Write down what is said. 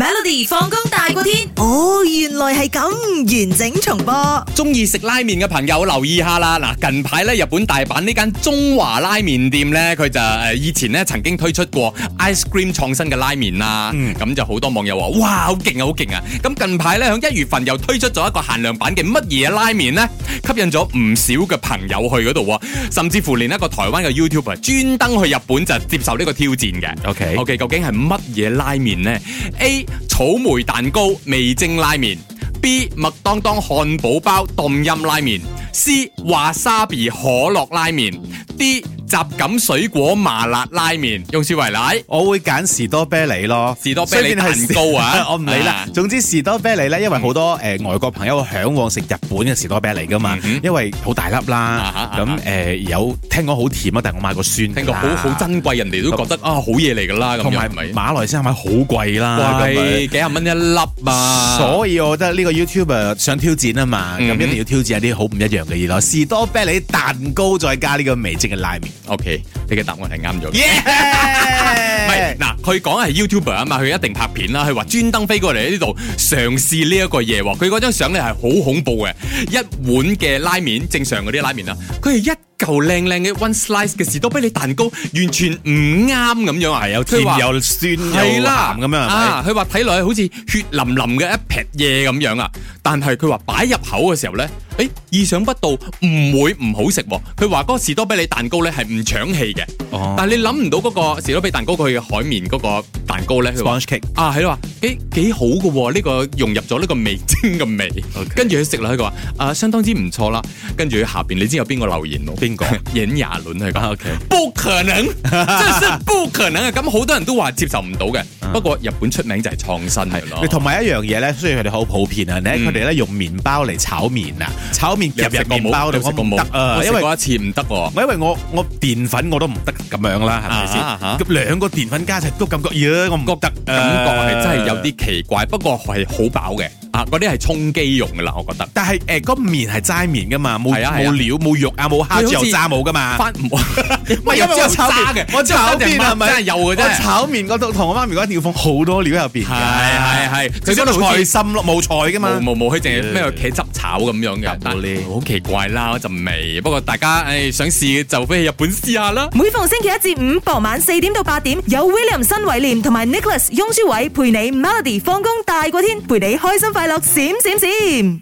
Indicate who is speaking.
Speaker 1: Melody 放工大過天，哦，原來係咁，完整重播。
Speaker 2: 中意食拉麵嘅朋友留意下啦！嗱，近排咧日本大阪呢間中華拉麵店咧，佢就誒以前咧曾經推出過 ice cream 創新嘅拉麵啦，咁、就好多網友話：哇，好勁啊，好勁啊！咁近排咧響一月份又推出咗一個限量版嘅乜嘢拉麵呢？吸引咗唔少嘅朋友去嗰度喎，甚至乎連一個台灣嘅 YouTuber 專登去日本就接受呢個挑戰嘅。
Speaker 3: OK
Speaker 2: OK，究竟係乜嘢拉麵呢 a 草莓蛋糕味精拉麵，B 麥當當漢堡包凍飲拉麵，C 華沙比可樂拉麵，D 雜錦水果麻辣拉麵。用書為例，
Speaker 3: 我會揀士多啤梨咯，
Speaker 2: 士多啤梨
Speaker 3: 雖然
Speaker 2: 蛋
Speaker 3: 係
Speaker 2: 糕啊
Speaker 3: 我唔理啦
Speaker 2: 啊。
Speaker 3: 總之士多啤梨咧，因為好多誒外國朋友向往食日本嘅士多啤梨噶嘛
Speaker 2: 嗯哼，
Speaker 3: 因為好大粒
Speaker 2: 啊哈
Speaker 3: 啦
Speaker 2: 啊，哈
Speaker 3: 咁誒有聽講好甜啊，但係我買過酸，
Speaker 2: 聽過好好。
Speaker 3: À.
Speaker 2: 珍貴，人哋都覺得啊好嘢嚟㗎啦，咁
Speaker 3: 同
Speaker 2: 樣
Speaker 3: 埋
Speaker 2: 係咪？
Speaker 3: 馬來西亞買好貴啦，咁樣
Speaker 2: 貴幾廿蚊一粒啊！
Speaker 3: 所以我覺得呢個 YouTuber 想挑戰啊嘛，咁
Speaker 2: 嗯哼
Speaker 3: 一定要挑戰一啲好唔一樣嘅嘢咯。士多啤梨蛋糕再加呢個味精嘅拉 麵，
Speaker 2: OK，你嘅答案係啱咗嘅。
Speaker 3: 耶！
Speaker 2: 唔係嗱，佢講係 YouTuber 啊嘛，佢一定拍片啦。佢話專登飛過嚟呢度嘗試呢一個嘢喎。佢嗰張相咧係好恐怖嘅，一碗嘅拉麵，正常嗰啲拉麵啦，佢係一。嚿靚靚嘅 one slice 嘅士多啤梨蛋糕，完全唔啱咁樣啊！有
Speaker 3: 甜又酸
Speaker 2: 係
Speaker 3: 又
Speaker 2: 啦
Speaker 3: 鹹咁樣係咪？
Speaker 2: 啊！佢話睇落去好似血淋淋嘅一撇嘢咁樣啊，但係佢話擺入口嘅時候咧，誒、意想不到，唔會唔好食喎。佢話嗰個士多啤梨蛋糕咧係唔搶氣嘅，
Speaker 3: 哦
Speaker 2: 但係你諗唔到嗰個士多啤梨蛋糕佢嘅海綿嗰個蛋糕咧，佢話
Speaker 3: sponge cake。
Speaker 2: 啊，係啦，幾幾好嘅喎，呢、個融入咗呢個 味精嘅味
Speaker 3: OK
Speaker 2: 跟住佢食落去佢話啊，相當之唔錯啦。跟住佢下邊你知有邊個留言冇？
Speaker 3: 邊個
Speaker 2: 尹牙倫係講。
Speaker 3: OK
Speaker 2: 不可能， 真是不可能啊！咁好多人都話接受唔到嘅，不過日本出名就係創新係咯
Speaker 3: 啊你。同埋一樣嘢咧，雖然佢哋好普遍啊，你睇
Speaker 2: 嗯
Speaker 3: 佢哋咧用麵包嚟炒麵啊，炒麵
Speaker 2: 你
Speaker 3: 夾入麵包度，
Speaker 2: 食過
Speaker 3: 我唔
Speaker 2: 冇？
Speaker 3: 得啊，
Speaker 2: 我
Speaker 3: 因
Speaker 2: 食
Speaker 3: 為
Speaker 2: 過一次唔得喎。
Speaker 3: 我因為我我澱粉我都唔得咁樣啦，係咪先
Speaker 2: 啊啊啊？
Speaker 3: 咁兩個澱粉加齊都感覺，咦，我唔
Speaker 2: 個
Speaker 3: 得，
Speaker 2: 感覺係真係有。啲奇怪，不過係好飽嘅啊！嗰啲係充飢用噶啦，我覺得。
Speaker 3: 但係誒，嗰麵係齋麵噶嘛，冇
Speaker 2: 係啊係啊
Speaker 3: 冇料冇肉啊，冇蝦
Speaker 2: 佢好
Speaker 3: 醬
Speaker 2: 似
Speaker 3: 渣冇噶嘛。
Speaker 2: 翻 唔
Speaker 3: 唔係啊因為我炒
Speaker 2: 渣
Speaker 3: 麵
Speaker 2: 嘅，，
Speaker 3: 我炒麵係咪
Speaker 2: 真係有嘅
Speaker 3: 我
Speaker 2: 啫。
Speaker 3: 炒麵嗰度同我媽咪講一定要放好多料入邊㗎。
Speaker 2: 係係係
Speaker 3: 佢嗰度菜心咯，冇菜噶嘛
Speaker 2: 冇。冇冇，佢淨係咩茄汁炒咁樣嘅，但
Speaker 3: 冇呢
Speaker 2: 好奇怪啦，嗰陣味。不過大家誒想試就飛去日本試下啦。
Speaker 1: 每逢星期一至五傍晚四點到八點，有 William 新偉廉同埋 Nicholas 雍舒偉陪你 Melody 放工大過天，陪你開心快樂閃閃閃。